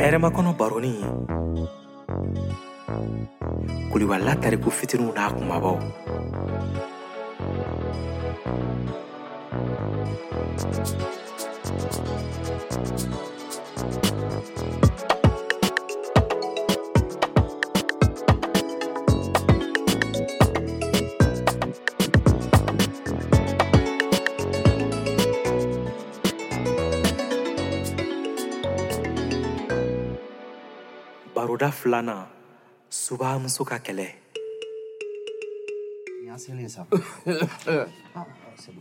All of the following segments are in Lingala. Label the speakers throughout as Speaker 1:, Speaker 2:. Speaker 1: hɛrɛmakɔnɔ baroni kulibala tariku fitiniw n'a kumabaw baroda filanan subamuso ka kɛlɛ
Speaker 2: Yan selen sa.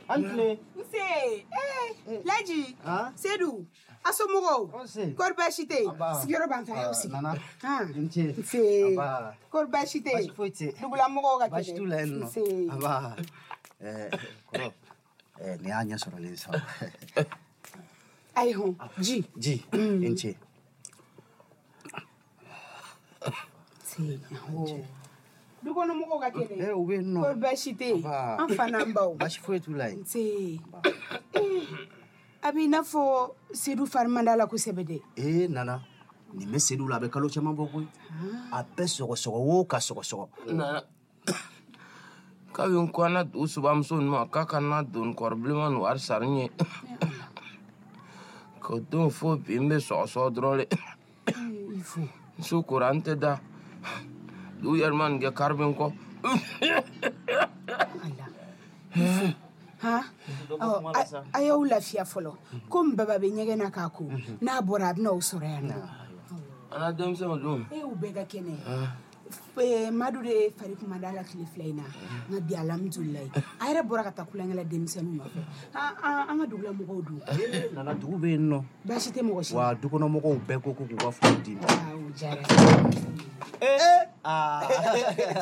Speaker 3: An tile.
Speaker 4: nse ee, laji
Speaker 2: An?
Speaker 4: eh, sedu a somɔgɔw
Speaker 2: An se.
Speaker 4: kɔri baasi tɛ yen
Speaker 2: Aba.
Speaker 4: sigiyɔrɔ b'an fɛ a y'aw sigi
Speaker 2: Nana.
Speaker 4: An.
Speaker 2: Nse.
Speaker 4: nse
Speaker 2: Aba.
Speaker 4: kɔri baasi tɛ
Speaker 2: Baasi
Speaker 4: yen
Speaker 2: foyi tɛ. yen.
Speaker 4: dugulamɔgɔw ka
Speaker 2: Baasi t'u la yen nɔ.
Speaker 4: nse
Speaker 2: Aba. Ɛɛ, Kɔrɔ. Ɛɛ, Nin y'a ɲɛ sɔrɔlen sa.
Speaker 4: ayi hɔn ji
Speaker 2: Ji. I ni ce.
Speaker 4: nse awɔ dukɔnɔmɔgɔw ka kɛlɛ
Speaker 2: Ɛ, u bɛ yen
Speaker 4: kɔri
Speaker 2: nɔ.
Speaker 4: baasi tɛ yen
Speaker 2: Eh, Aba.
Speaker 4: an fa n'an baw
Speaker 2: Baasi foyi t'u la yen.
Speaker 4: nse Ee, a b'i n'a fɔ Eh. sedu fari man d'a la kosɛbɛ dɛ
Speaker 2: Ee Nana. Nin bɛ seliw la a bɛ kalo caman bɔ koyi. A bɛɛ sɔgɔsɔgɔ o ka sɔgɔsɔgɔ.
Speaker 5: na k'a ye n ko an na don sobamuso nin ma k'a ka na don kɔrɔbilenma nin wari sari n ye k'o don fo bi n bɛ sɔgɔsɔgɔ dɔrɔn de
Speaker 4: i fo
Speaker 5: muso kora n tɛ da u yɛrɛ ma nin kɛ kari bɛ n kɔ
Speaker 4: ala han Ɔ, a- a y'aw lafiya fɔlɔ komi baba bɛ ɲɛgɛn na k'a ko n'a bɔra a bɛna o sɔrɔ yan nɔ
Speaker 5: an na denmisɛnw don
Speaker 4: e y'u bɛɛ ka kɛnɛ Eh, madu de fari kuma da la tile fila in na nka bi alhamdulilayi a yɛrɛ bɔra ka taa kulonkɛla denmisɛnninw nɔfɛ An- an an ka dugulamɔgɔw dun
Speaker 2: Ee Nana dugu bɛ yen nɔ.
Speaker 4: baasi tɛ mɔgɔ si la
Speaker 2: Wa dukɔnɔmɔgɔw bɛɛ ko ko k'u ka foli d'i ma.
Speaker 4: Ah, o diyara n ye.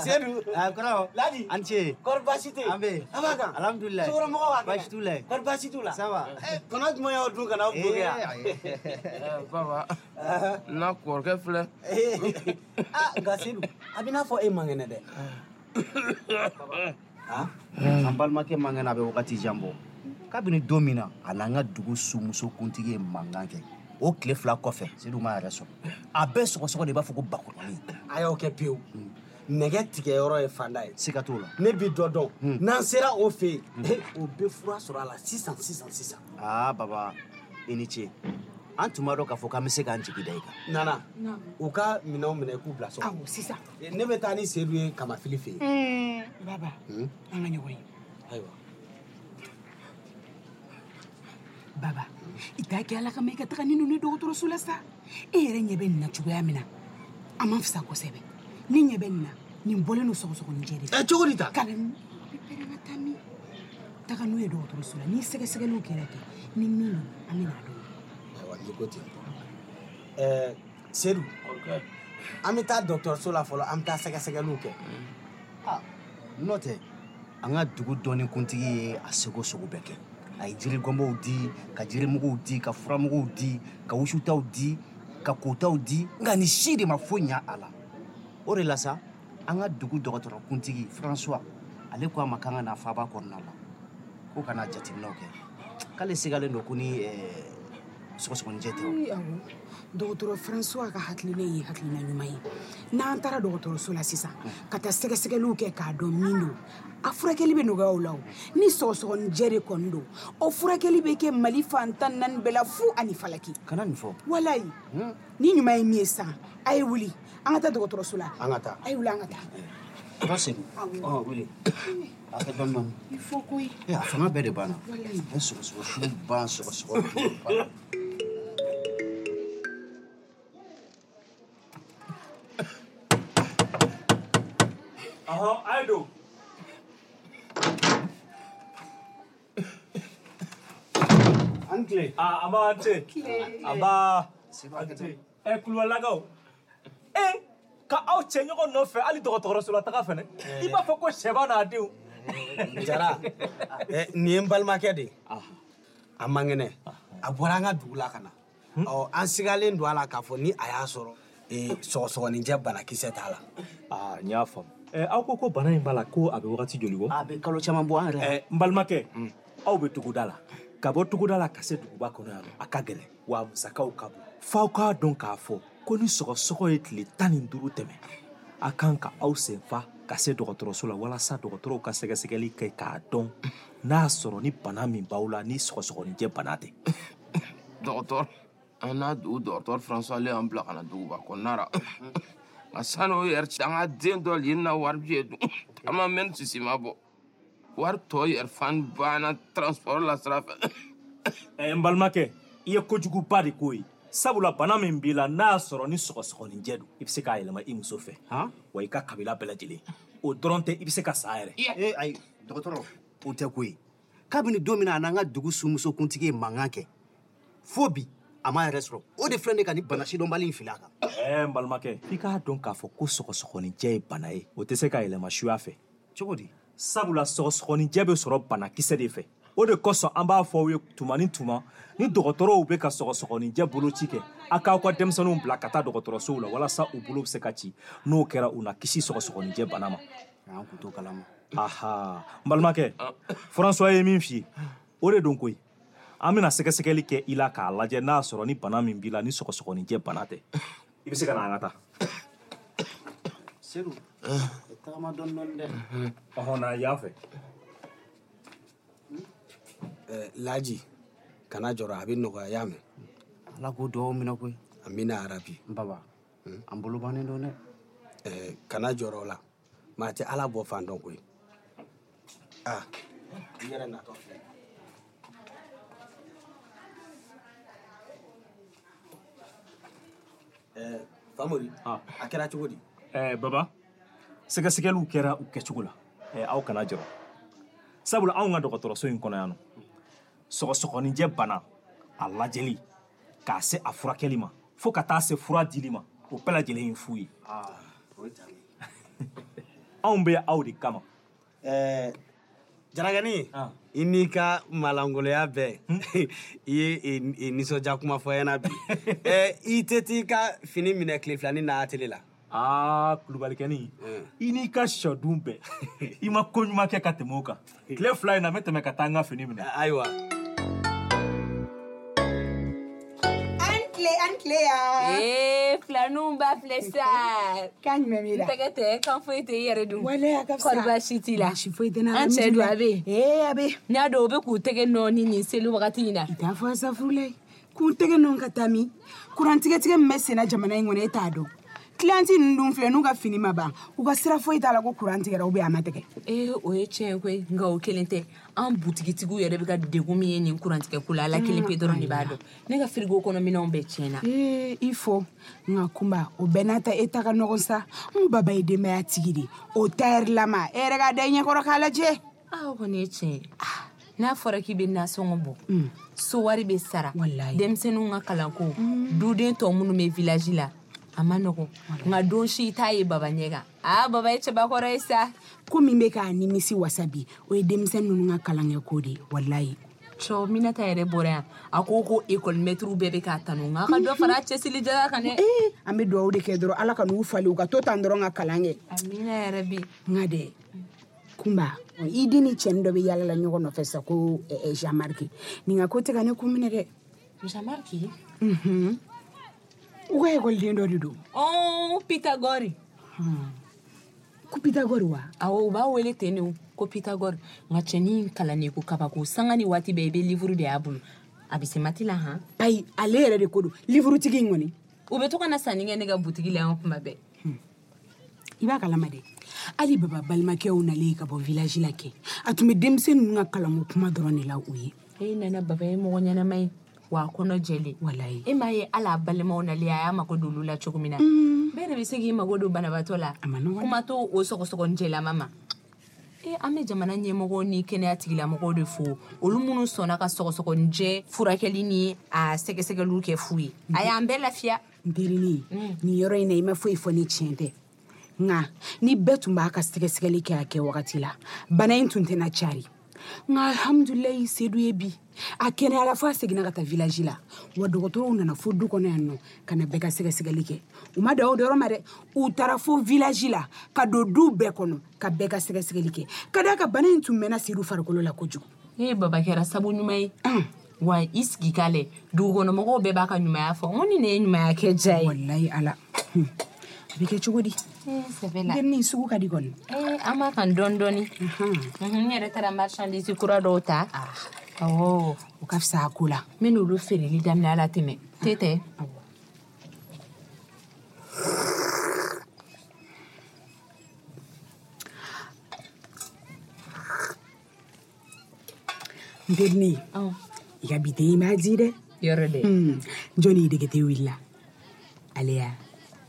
Speaker 2: Sedu. Kɔrɔ.
Speaker 3: Ladi.
Speaker 2: An ni ce.
Speaker 3: Kɔri baasi tɛ yen.
Speaker 2: An bɛ.
Speaker 3: A b'a kan.
Speaker 2: Alhamdulilayi.
Speaker 3: Sokɔnɔmɔgɔw b'a kɛnɛ.
Speaker 2: Baasi t'u la yen.
Speaker 3: Kɔri baasi Ah. Eh, t'u la.
Speaker 2: Ça va. Eh. Ah.
Speaker 3: Ɛ, Kɔnɔ jumɛn y'aw dun ka n'aw bolo kɛ yan?
Speaker 5: Ɛɛ, baba n Eh, na kɔrɔkɛ filɛ
Speaker 3: Ah, nka Sedu, a bɛ n'a fɔ e man kɛnɛ dɛ.
Speaker 2: an balimakɛ mankan a bɛ wagati jan bɔ kabini don min na a n'an ka dugu sumuso kuntigi ye mankan kɛ o tile fila kɔfɛ sedu ma yɛrɛ sɔrɔ a bɛɛ sɔgɔsɔgɔ de b'a fɔ ko bakɔrɔnin
Speaker 3: A y'aw kɛ pewu. Nɛgɛ tigɛyɔrɔ ye fanda ye.
Speaker 2: siga t'o la
Speaker 3: Ne bi dɔ dɔn. N'an sera o fɛ yen, o bɛ fura sɔrɔ a la sisan sisan sisan.
Speaker 2: aa Ah, baba i ni ce an tun b'a dɔn k'a fɔ k'an bɛ se k'an jigi da i kan
Speaker 3: Nana,
Speaker 4: Naamu.
Speaker 3: u ka minɛnw minɛ k'u bila so.
Speaker 4: awɔ sisan
Speaker 3: Ne bɛ taa ni Sedu ye kamafili fɛ yen.
Speaker 4: Mm, baba an ka ɲɔgɔn ye
Speaker 3: Ayiwa.
Speaker 4: baba i t'a kɛ ala kama i ka taga ni ninnu ye dɔgɔtɔrɔso la sa e yɛrɛ ɲɛ bɛ nin na cogoya min na a man fisa kosɛbɛ ne ɲɛ bɛ nin na nin bɔlen don sɔgɔsɔgɔninjɛ de fɛ.
Speaker 3: Ɛ, cogo Eh, di tan?
Speaker 4: kalan i pɛrɛn ka taa min taga n'u ye dɔgɔtɔrɔso la ni sɛgɛsɛgɛliw kɛra kɛ ni min don an bɛna dɔn
Speaker 3: Ayiwa, n'i Eh, ko ten. Ɛɛ, Sedu,
Speaker 5: kɔrɔkɛ
Speaker 3: an bɛ taa dɔgɔtɔrɔso la fɔlɔ, an bɛ taa sɛgɛsɛgɛliw kɛ.
Speaker 2: n'o tɛ an ka dugu dɔɔni kuntigi ye a seko sogo bɛɛ kɛ a ye jiri gɔnbɔw di ka jirimuguw di ka furamuguw di ka wusutaw di ka kotaw di nka nin si de ma foyi ɲa a la o de la sa an ka dugu dɔgɔtɔrɔ kuntigi françois ale ko a ma k'an ka na faaba kɔnɔna la ko ka na jateminɛw kɛ k'ale sigalen don ko ni ɛɛ, sɔgɔsɔgɔninjɛ tɛ o.
Speaker 4: Ee, awɔ dɔgɔtɔrɔ françois ka hakilina ye hakilina ɲuman ye n'an taara dɔgɔtɔrɔso la sisan ka taa sɛgɛsɛgɛliw kɛ k'a dɔn min don a furakɛli bɛ nɔgɔya o la o ni sɔgɔsɔgɔninjɛ de kɔni don o furakɛli bɛ kɛ mali fan tan ni naani bɛɛ la fu ani falaki
Speaker 2: kana nin fɔ
Speaker 4: walayi
Speaker 3: Hmm?
Speaker 4: ni ɲuman ye min ye san a ye wuli an ka taa dɔgɔtɔrɔso la
Speaker 3: An ka taa.
Speaker 4: a ye wuli an ka taa
Speaker 2: kɔrɔ segu
Speaker 4: Awɔ.
Speaker 2: Ɔ, wele a kɛ dɔɔnin dɔɔnin.
Speaker 4: i fɔ ko ye
Speaker 2: Ee, a fanga bɛɛ de Eh, banna
Speaker 4: Walahi.
Speaker 2: n sɔgɔsɔgɔ su ban sɔgɔsɔgɔ don ban
Speaker 6: Aham, aí do.
Speaker 3: An tile.
Speaker 6: Ah, aba ante. Aba. Ante. Eh, kuluwa lagaw. Eh, ka aw cɛ ɲɔgɔn nɔfɛ hali dɔgɔtɔrɔsola taga fɛnɛ i b'a fɔ ko sɛba n'a denw
Speaker 3: jara Eh, ɛ, nin ye n balimakɛ de ye a man kɛnɛ a bɔra an ka dugu la ka na ɔ an sigalen don a la k'a fɔ ni E, a y'a sɔrɔ ee, sɔgɔsɔgɔninjɛ banakisɛ t'a la
Speaker 6: aa n y'a faamu ɛ aw ko ko bana in b'a la ko a bɛ wagati joli bɔ
Speaker 2: a bɛ kalo caman bɔ an yɛrɛ
Speaker 7: Eh,
Speaker 6: ɛ n balimakɛ aw bɛ togoda la ka bɔ togoda la ka se duguba kɔnɔ yan nɔ, a ka gɛlɛn wa musakaw ka bon f'aw k'a dɔn k'a fɔ
Speaker 7: ko ni sɔgɔsɔgɔ ye tile tan ni duuru tɛmɛ a kan ka aw senfa ka se dɔgɔtɔrɔso la walasa dɔgɔtɔrɔw ka sɛgɛsɛgɛli kɛ k'a dɔn n'a sɔrɔ ni bana min b'aw la ni sɔgɔsɔgɔnijɛ bana tɛ
Speaker 5: dɔgɔtɔrɔ an n'a dugu dɔgɔtɔrɔ françois ale y'an bila ka na duguba kɔnɔna ra nka sani o yɛrɛ cɛ an ka den dɔ yen na wari bi ye dun an ma mɛn sisi ma bɔ wari tɔ yɛrɛ fan banna transport la sira fɛ
Speaker 7: ɛɛ
Speaker 3: Eh,
Speaker 7: n balimakɛ i ye kojuguba de k'o ye sabula bana min b'i la n'a y'a sɔrɔ ni sɔgɔsɔgɔninjɛ don i bɛ se k'a yɛlɛma i muso fɛ wa i ka kabila bɛɛ lajɛlen o dɔrɔn tɛ i bɛ se ka sa yɛrɛ
Speaker 2: ee ayi dɔgɔtɔrɔ o tɛ ko ye kabini don min na a n'an ka dugu sumusokuntigi ye mankan kɛ fo bi a m'a yɛrɛ sɔrɔ o de filɛ ne ka nin bana sidɔnbali in fili a kan
Speaker 7: ɛɛ n balimakɛ i k'a dɔn k'a fɔ ko sɔgɔsɔgɔninjɛ ye bana ye o tɛ se ka yɛlɛma suya fɛ
Speaker 2: cogo di
Speaker 7: sabula sɔgɔsɔgɔninjɛ bɛ sɔrɔ banakisɛ de fɛ o de kosɔn an b'a fɔ aw ye tuma ni tuma ni dɔgɔtɔrɔw bɛ ka sɔgɔsɔgɔninjɛ boloci kɛ a k'aw ka denmisɛnninw bila ka taa dɔgɔtɔrɔsow la walasa u bolo bɛ se ka ci n'o kɛra u na kisi sɔgɔsɔgɔninjɛ bana ma
Speaker 2: an kun t'o kalama
Speaker 7: aha n balimakɛ françois ye min f'i ye o de don koyi an bɛna sɛgɛsɛgɛli kɛ i la k'a lajɛ n'a sɔrɔ ni bana min b'i la ni sɔgɔsɔgɔninjɛ bana tɛ i bɛ se ka na an ka taa
Speaker 2: sedu tagama dɔni dɔni dɛ
Speaker 7: ɔhɔn na yan fɛ
Speaker 3: Eh, laji kana jɔrɔ a bɛ nɔgɔya y'a mɛn
Speaker 2: ala k'o dɔw minɛ koyi
Speaker 3: an bɛ na arabi
Speaker 2: n baba an bolo bannen don dɛ
Speaker 3: Eh, kana jɔrɔ o la maa tɛ ala bɔ fan dɔn koyi ah i yɛrɛ natɔ filɛ Eh, famori
Speaker 7: Ah.
Speaker 3: a kɛra cogo di
Speaker 7: ɛɛ Eh, baba sɛgɛsɛgɛliw kɛra u kɛcogo la ɛɛ aw Eh, kana jɔrɔ sabula anw ka dɔgɔtɔrɔso in kɔnɔ yan nɔ sɔgɔsɔgɔninjɛ bana a lajɛli k'a se a furakɛli ma fo ka taa se fura dili ma o bɛɛ lajɛlen ye fu ye anw bɛ aw de kama
Speaker 3: Eh, jarakɛni i n'i ka malankoloya bɛɛ i ye eh, n- eh, nisɔndiya kuma fɔ n ɲɛna bi Eh, i tɛ t'i ka fini minɛ tile filanin n'a tele la
Speaker 7: aa kulubalikɛni i n'i ka sɔdun bɛɛ i ma ko ɲuman kɛ ka tɛmɛ o kan tile fila in na n bɛ tɛmɛ ka taa n ka fini minɛ
Speaker 3: A- ayiwa
Speaker 8: An tile an tile
Speaker 9: Eh.
Speaker 8: ya.
Speaker 9: Ee, filaninw b'a filɛ sa
Speaker 8: K'a ɲuman b'i
Speaker 9: n
Speaker 8: la.
Speaker 9: tɛgɛ tɛ kan foyi tɛ i yɛrɛ dun
Speaker 8: Walahi, a ka fisa.
Speaker 9: Kɔri baasi t'i la
Speaker 4: Baasi foyi tɛ ne na,
Speaker 9: an cɛ don a bɛ yen
Speaker 8: Ee
Speaker 4: Eh,
Speaker 8: a bɛ.
Speaker 9: n y'a dɔn u bɛ k'u tɛgɛ nɔɔni nin seli wagati in na
Speaker 4: i t'a fɔ asafurula ye k'u tɛgɛ nɔn ka taa min kurantigɛtigɛ min bɛ senna jamana in kɔnɔ e t'a dɔn kilanti ninnu dun filɛ n'u ka fini ma ban u ka sira foyi t'a la ko kuran tigɛra u bɛ a ma tigɛ
Speaker 9: ee o ye tiɲɛ ye koyi nka o kelen tɛ an butigitigiw yɛrɛ bɛ ka degun min ye nin kurantigɛ ko la ala kelen pe dɔrɔn de b'a dɔn ne ka firigo kɔnɔ minɛnw bɛɛ tiɲɛna
Speaker 4: Mm. ee i fɔ nka kunba o bɛɛ n'a ta e ta ka nɔgɔn sa n baba ye denbaya tigi de o tayɛrilama e yɛrɛ ka da i ɲɛkɔrɔ k'a lajɛ
Speaker 9: aa o kɔni ye tiɲɛ ye Ah, n'a fɔra k'i bɛ nasɔngɔ bɔ so wari bɛ sara
Speaker 4: Walahi.
Speaker 9: denmisɛnninw ka kalanko duden tɔ minnu bɛ village la a ma nɔgɔn nka don si i t'a ye baba ɲɛ kan aa baba ye cɛbakɔrɔ ye sa
Speaker 4: ko min bɛ k'a nimisi wasa bi o ye denmisɛn ninnu ka kalankɛ ko de ye walayi
Speaker 9: cɔ minata yɛrɛ bɔra yan a ko ko ekolimɛtiriw bɛɛ bɛ k'a tanu nka a ka dɔ fara a cɛsiri jaga kan dɛ
Speaker 4: ee an bɛ dugawu de kɛ dɔrɔn ala ka n'u tota falen u ka to tan dɔrɔn ka kalan kɛ
Speaker 9: amina yɛrɛ bi
Speaker 4: nka dɛ kunba i den ni cɛni dɔ bɛ yaalala ɲɔgɔn nɔfɛ sa ko ɛ, ɛ, eh, jean marke nin ka ko tɛ ka ne kun minɛ dɛ
Speaker 9: jamarki
Speaker 4: unhun u ka ekɔliden dɔ de don
Speaker 9: ɔn pitagɔri
Speaker 4: Hmm. ko pitagɔri wa
Speaker 9: awɔ u b'a wele ten de o, ko pitagɔri nka cɛnin kalannen ko kabako sanga ni waati bɛɛ i bɛ livuru de y'a bolo a bɛ se mati la han
Speaker 4: ayi ale yɛrɛ de ko don livrutigi in kɔni
Speaker 9: u bɛ to ka na sanni kɛ ne ka butigi la yan kuma bɛɛ
Speaker 4: i b'a kalama dɛ hali baba balimakɛw nalen ka bɔ vilaji la kɛ a tun bɛ denmisɛn ninnu ka kalanko kuma dɔrɔn de la u ye
Speaker 9: e nana baba ye mɔgɔ ɲɛnama ye wa a kɔnɔ jɛlen
Speaker 4: walayi
Speaker 9: e m'a ye ala balimaw nali a y'a mago don olu la cogo min na bɛɛ de bɛ se k'i mago don banabaatɔ la
Speaker 4: A ma nɔgɔn dɛ.
Speaker 9: kuma to o sɔgɔsɔgɔnijɛlama ma e an bɛ jamana ɲɛmɔgɔw ni kɛnɛya tigilamɔgɔw de fo olu minnu sɔnna ka sɔgɔsɔgɔnijɛ furakɛli ni a sɛgɛsɛgɛliw kɛ fu ye a y'an bɛɛ lafiya
Speaker 4: n terinin nin yɔrɔ in na i ma foyi fɔ ni tiɲɛ tɛ nka ni bɛɛ tun b'a ka sɛgɛsɛgɛli kɛ a kɛ wagati la bana in tun tɛna cari nka alhamdulilayi sedu ye bi a kɛnɛyala fɔ a seginna ka taa vilaji la wa dɔgɔtɔrɔw nana fo du kɔnɔ yan nɔ ka na bɛɛ ka sɛgɛsɛgɛli kɛ u ma dan o dɔrɔn ma dɛ u taara fo vilaji la ka don du bɛɛ kɔnɔ ka bɛɛ ka sɛgɛsɛgɛli kɛ ka daa ka bana in tun mɛnna sedu farikolo la kojugu
Speaker 9: ne ye baba kɛra sabu ɲuman ye wa i sigi ka lɛ dugukɔnɔmɔgɔw bɛɛ b'a ka ɲumanya fɔ n ko ni ne ye ɲumanya kɛ ja ye
Speaker 4: walayi ala Hmm. hun. a bɛ kɛ cogo di
Speaker 9: Eh, sɛbɛ la
Speaker 4: dennin sugu ka di kɔni
Speaker 9: Eh, an b'a kan dɔɔni dɔɔni n yɛrɛ taara marchandise kura dɔw ta
Speaker 4: Ah,
Speaker 9: awɔ
Speaker 4: o ka fisa a ko la
Speaker 9: n bɛna olu feereli daminɛ ala tɛmɛ te tɛ
Speaker 4: dennin
Speaker 9: Awɔ.
Speaker 4: i ka bi den in b'a di dɛ
Speaker 9: yɔrɔ dɛ
Speaker 4: Hmm, jɔnni ye degete wulila ale ya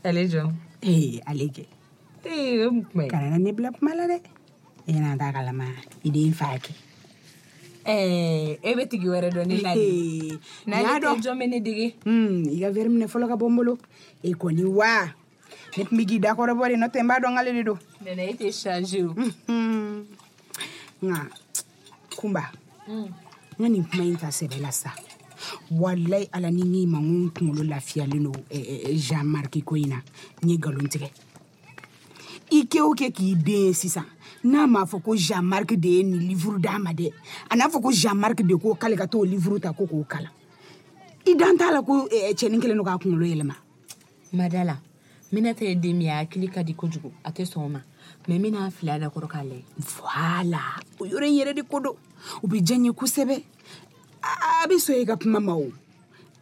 Speaker 9: ale jɔn
Speaker 4: ee ale kɛ
Speaker 9: ee o ye mun kuma ye
Speaker 4: kana na ne bila kuma la dɛ e na t'a kalama i den fa kɛ
Speaker 9: ɛɛ e bɛ tigi wɛrɛ dɔn ne la de
Speaker 4: Ee, ɲ'a
Speaker 9: n'ale tɛ
Speaker 4: dɔn.
Speaker 9: jɔn bɛ ne dege
Speaker 4: Hmm, i ka vɛri minɛ fɔlɔ ka bɔ n bolo e kɔni wa ne tun bɛ k'i da kɔrɔbɔ de nɔ tɛ n b'a dɔn k'ale de don
Speaker 9: nɛnɛ e tɛ change o
Speaker 4: Mhm. nka kunba
Speaker 9: Mm.
Speaker 4: n ka nin kuma in ta sɛbɛ la sa walayi ala ni min ma n ko n kunkolo lafiyalen don eh, eh, eh, jean marki ko in na n ye nkalon tigɛ i kɛ o kɛ k'i den ye sisan n'a m'a fɔ ko jean marki de ye nin livre d'a ma dɛ a n'a fɔ ko jean marki de ko k'ale ka t'o livre ta ko k'o kalan i dan t'a la ko eh, eh, cɛnin kelen don k'a kunkolo yɛlɛma
Speaker 9: madala minata ye den min ye a hakili ka di kojugu a tɛ sɔn o ma mɛ n bɛna a fili a da kɔrɔ k'a layɛ
Speaker 4: voila o yɔrɔ in yɛrɛ de ko don o bɛ diya n ye kosɛbɛ a a bɛ sɔn e ka kuma ma o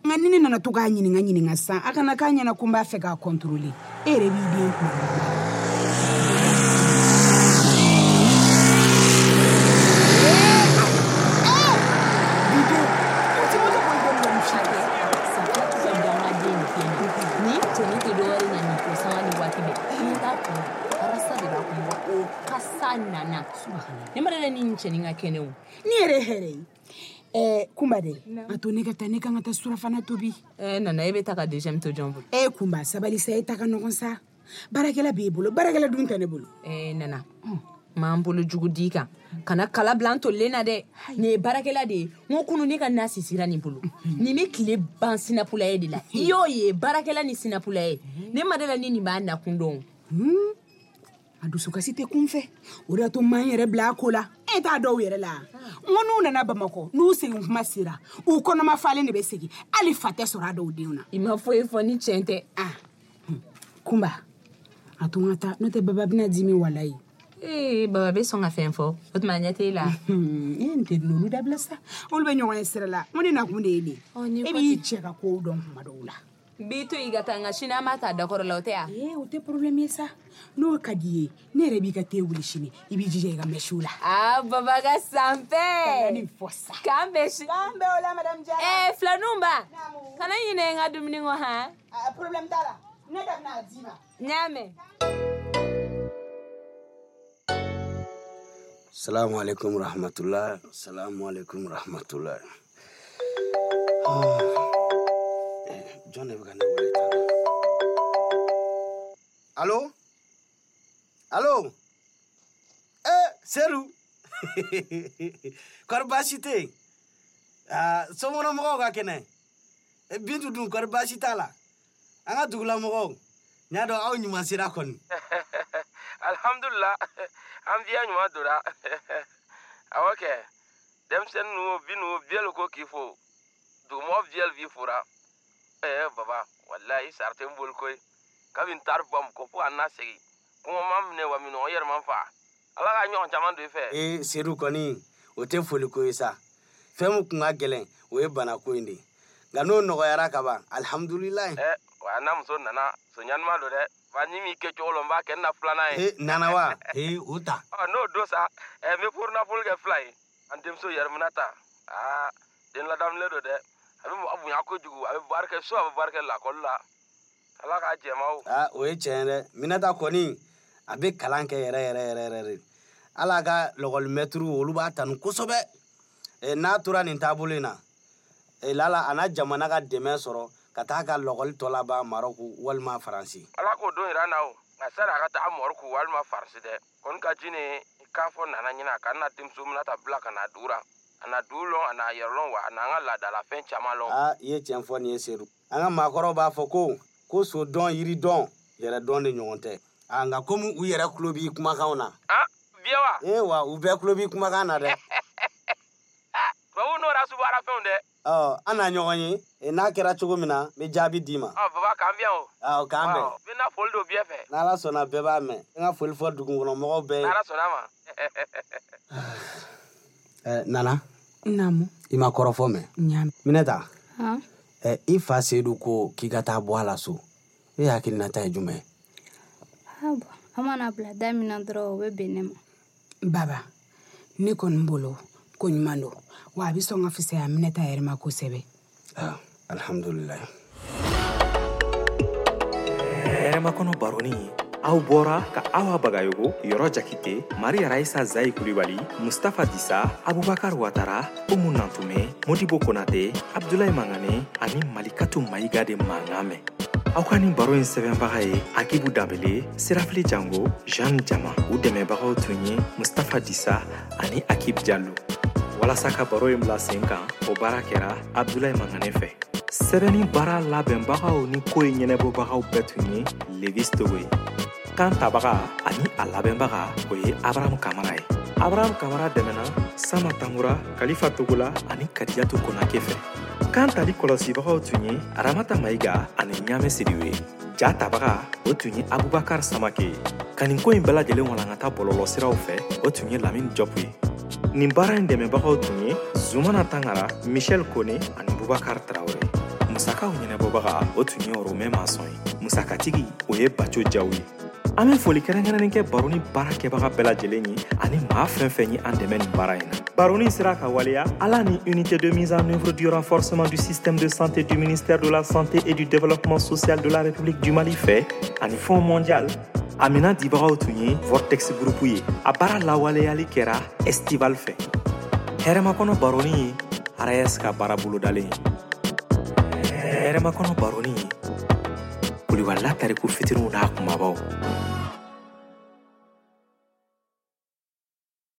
Speaker 4: nka ni ne nana to k'a ɲininka ɲininka sisan a kana k'a ɲɛna ko n b'a fɛ k'a kɔntorole e yɛrɛ b'i den kuma
Speaker 9: cɛnin ka kɛnɛw
Speaker 4: ni e yɛrɛ ye hɛrɛ ye ɛɛ kunba dɛ E, a to ne ka taa ne kan ka taa surafana tobi
Speaker 9: nana e bɛ ta ka deuxième to jɔn bolo
Speaker 4: e kunba sabali sa e ta ka ɲɔgɔn sa baarakɛla b'e bolo baarakɛla dun tɛ ne bolo
Speaker 9: Eh, nana m'an bolo jugu di kan kana kala bila n tolilen na dɛ nin ye baarakɛla de ye n ko kunu ne ka na sisira nin bolo nin bɛ tile ban sinapulaye de la i y'o ye baarakɛla ni sinapulaye ne ma dala ni nin b'a nakun dɔn o.
Speaker 4: Hmm, a dusukasi tɛ kun fɛ o de y'a to n ma n yɛrɛ bila a ko la e t'a dɔw yɛrɛ la n ko n'u nana bamakɔ n'u segin kuma sera u kɔnɔma falen de bɛ segin hali fa tɛ sɔrɔ a dɔw denw na
Speaker 9: i ma foyi fɔ ni tiɲɛ tɛ
Speaker 4: Ah, hmm, kunba a to n ka taa n'o tɛ baba bɛna dimi walayi
Speaker 9: ee baba bɛ sɔn ka fɛn fɔ o tuma ɲɛ t'e la
Speaker 4: Hmm, e n tɛ n'olu dabila sa olu bɛ ɲɔgɔn ye sira la n ko ne nakun de ye nin
Speaker 9: Ɔ,
Speaker 4: ye
Speaker 9: nin
Speaker 4: e
Speaker 9: ko
Speaker 4: b'i cɛ ka kow dɔn kuma dɔw la
Speaker 9: n b'i to yen ka taa nka sini an b'a ta dakɔrɔ la o tɛ wa
Speaker 4: ee E, o tɛ porobilɛmu ye sa n'o ka di i ye ne yɛrɛ b'i ka te wuli sini i b'i jija i ka mɛsiw la
Speaker 9: aa baba ka san
Speaker 4: Ka na nin
Speaker 9: bɛɛ
Speaker 4: fɔ sa
Speaker 9: k'an bɛn si
Speaker 8: K'an bɛɛ o la, madame Diarra.
Speaker 9: ɛɛ filaninw ba
Speaker 8: Naamu.
Speaker 9: kana ɲinɛ n ka dumuni kɔ han
Speaker 8: Ah, problème t'a la ne de bɛna a d'i ma
Speaker 9: n y'a mɛn
Speaker 3: salamu alaikum rahmatullah salamu alaikum rahmatullah Oh. Eh, jɔn de bɛ ka ne wele tan alo alo e seru kɔri baasi tɛ yen Ah, sokɔnɔmɔgɔw ka kɛnɛ Eh, bintu dun kɔri baasi t'a la an ka dugulamɔgɔw n y'a dɔn aw ɲuman sera kɔni
Speaker 5: alhamdulila an biya ɲuman dora Ah, awɔ kɛ denmisɛnni nu binu biyɛli ko k'i fo dugumɔgɔ biyɛli b'i fora ɛɛ baba walayi sari tɛ n boli koyi kabi n taari bamu ko fo ka n na segi kɔngɔ ma n minɛ wa minɔgɔ yɛrɛ ma n fa ala ka ɲɔgɔn caman don i
Speaker 2: Eh.
Speaker 5: fɛ
Speaker 3: ee sedu kɔni o tɛ foliko ye sa fɛn min kun ka gɛlɛn o ye banako in de ye nka n'o nɔgɔyara ka ban alihamudulilayi
Speaker 5: ɛ Eh, wa n'a muso nana soɲanima don dɛ wa ni m'i kɛ cogo lɔ n b'a kɛ n na filanan ye
Speaker 3: e nana wa ee o ta
Speaker 5: Ɔ, Oh, n'o ah, eh, don sa ɛ n bɛ furu nafolo kɛ fila ye an denmuso yɛrɛmina ta aa Ah, den ladamulen don dɛ a bɛ mɔgɔ bonya kojugu a bɛ baara kɛ so a bɛ baara kɛ lakɔli la ala k'a jɛma o
Speaker 3: a Ah, o ye tiɲɛ ye dɛ minata kɔni a bɛ kalan kɛ yɛrɛ yɛrɛ yɛrɛ yɛrɛ de hali a ka lɔgɔlimɛtiriw olu b'a tanu kosɛbɛ E, n'a tora nin taabolo in na e, lala a na jamana ka dɛmɛ sɔrɔ ka taa ka lɔgɔli tɔ laban marɔku walima faransi
Speaker 5: ala k'o don yira n na o nka sani a ka taa mɔriku walima farisi dɛ kɔni ka ji ni i k'a fɔ nana ɲina ka n na denmuso minata bila ka na dugu la a na dugu lɔn a na yɛrɛ lɔn wa a n'an ka laadalafɛn caman lɔn
Speaker 3: a Ah, i ye tiɲɛ fɔ nin ye seru an ka maakɔrɔw b'a fɔ ko ko so dɔn yiri dɔn yɛrɛ dɔn de ɲɔgɔn tɛ a nka komi u yɛrɛ kulo b'i kumakanw na
Speaker 5: an biye Ah, wa
Speaker 3: ee wa u bɛɛ kulo b'i kumakan na dɛ
Speaker 5: tubabu n'o ra subaara fɛnw dɛ
Speaker 3: Ɔ, an na ɲɔgɔn ye eh, n'a kɛra cogo min na n bɛ jaabi d'i ma
Speaker 5: ɔ baba k'an bɛ yan o
Speaker 3: Ɔ, k'an
Speaker 5: Ɔ,
Speaker 3: bɛn
Speaker 5: n bɛna foli don biyɛ fɛ
Speaker 3: n'ala sɔnna bɛɛ b'a mɛn n ka foli fɔ dugukɔnɔmɔgɔw bɛɛ ye
Speaker 5: n'ala sɔnna a ma
Speaker 3: Ɛ, Eh, nana
Speaker 4: Naamu,
Speaker 3: i ma kɔrɔfɔ mɛn
Speaker 4: ɲaami.
Speaker 3: minɛta
Speaker 10: Han?
Speaker 3: ɛ, i fa seyidu ko k'i ka taa bɔ a la so e hakilinata ye jumɛn ye
Speaker 10: Ah, bon. an mana bila da min na dɔrɔn o bɛ bɛn ne ma
Speaker 4: Baba, ne kɔni bolo ko ɲuman don. Wa a bɛ sɔn ka fisaya Aminata yɛrɛ ma kosɛbɛ.
Speaker 3: Ah, alhamdulilayi
Speaker 1: hɛrɛmakɔnɔ baroni aw bɔra ka awa bagayogo yɔrɔ jakite mari raisa zayi kulibali mustafa disa abubakar watara umu nantume modibo konate abdulayi mangane ani malikatu mayiga de mankan mɛn aw ka nin baro in sɛbɛnbaga ye akibu danbele sirafili jango jean jama u dɛmɛbagaw tun ye mustafa disa ani akib jalo walasa ka baro in bila sen kan o baara kɛra abdulayi mangane fɛ sɛbɛnni baara labɛnbagaw ni ko ye ɲɛnɛbɔbagaw bɛɛ tun ye levis togo ye kan tabaga ani a labɛnbaga o ye abraham kamara ye abraham kamara dɛmɛna sama tankura kalifa togola ani kadiyatu konake fɛ kan tali kɔlɔsibagaw tun ye aramata mayiga ani ɲaamɛ siriw ye ja tabaga o tun ye abubakar samake Kan ye kaninko in bɛɛ lajɛlen walankata bɔlɔlɔsiraw fɛ o tun ye lamin jɔpu ye nin baara in dɛmɛbagaw tun ye zumana tangara michɛl kone ani bubakar tarawre musakaw ɲɛnɛbɔbaga o tun ye romɛ masɔn ye musakatigi o ye baco jaw ye an be foli kɛrɛnkɛrɛnnin kɛ baroni baara kɛbaga bɛɛ lajɛlen ye ani maa fɛn fɛn ye an dɛmɛ nin baara in na baroni sera ka waleya ala ni unité de mise en œuvre du renforcement du système de santé du ministère de la santé et du développement social de la république du mali fɛ ani fond mondial amina dibagaw tun ye vortex groupe ye a baara lawaleyali kɛra estival fɛ hɛrɛmakɔnɔ baroni ye rs ka baara bolodalen ye hɛrɛmakɔnɔ baroni ye kulibalila tariku fitininw n'a kumabaw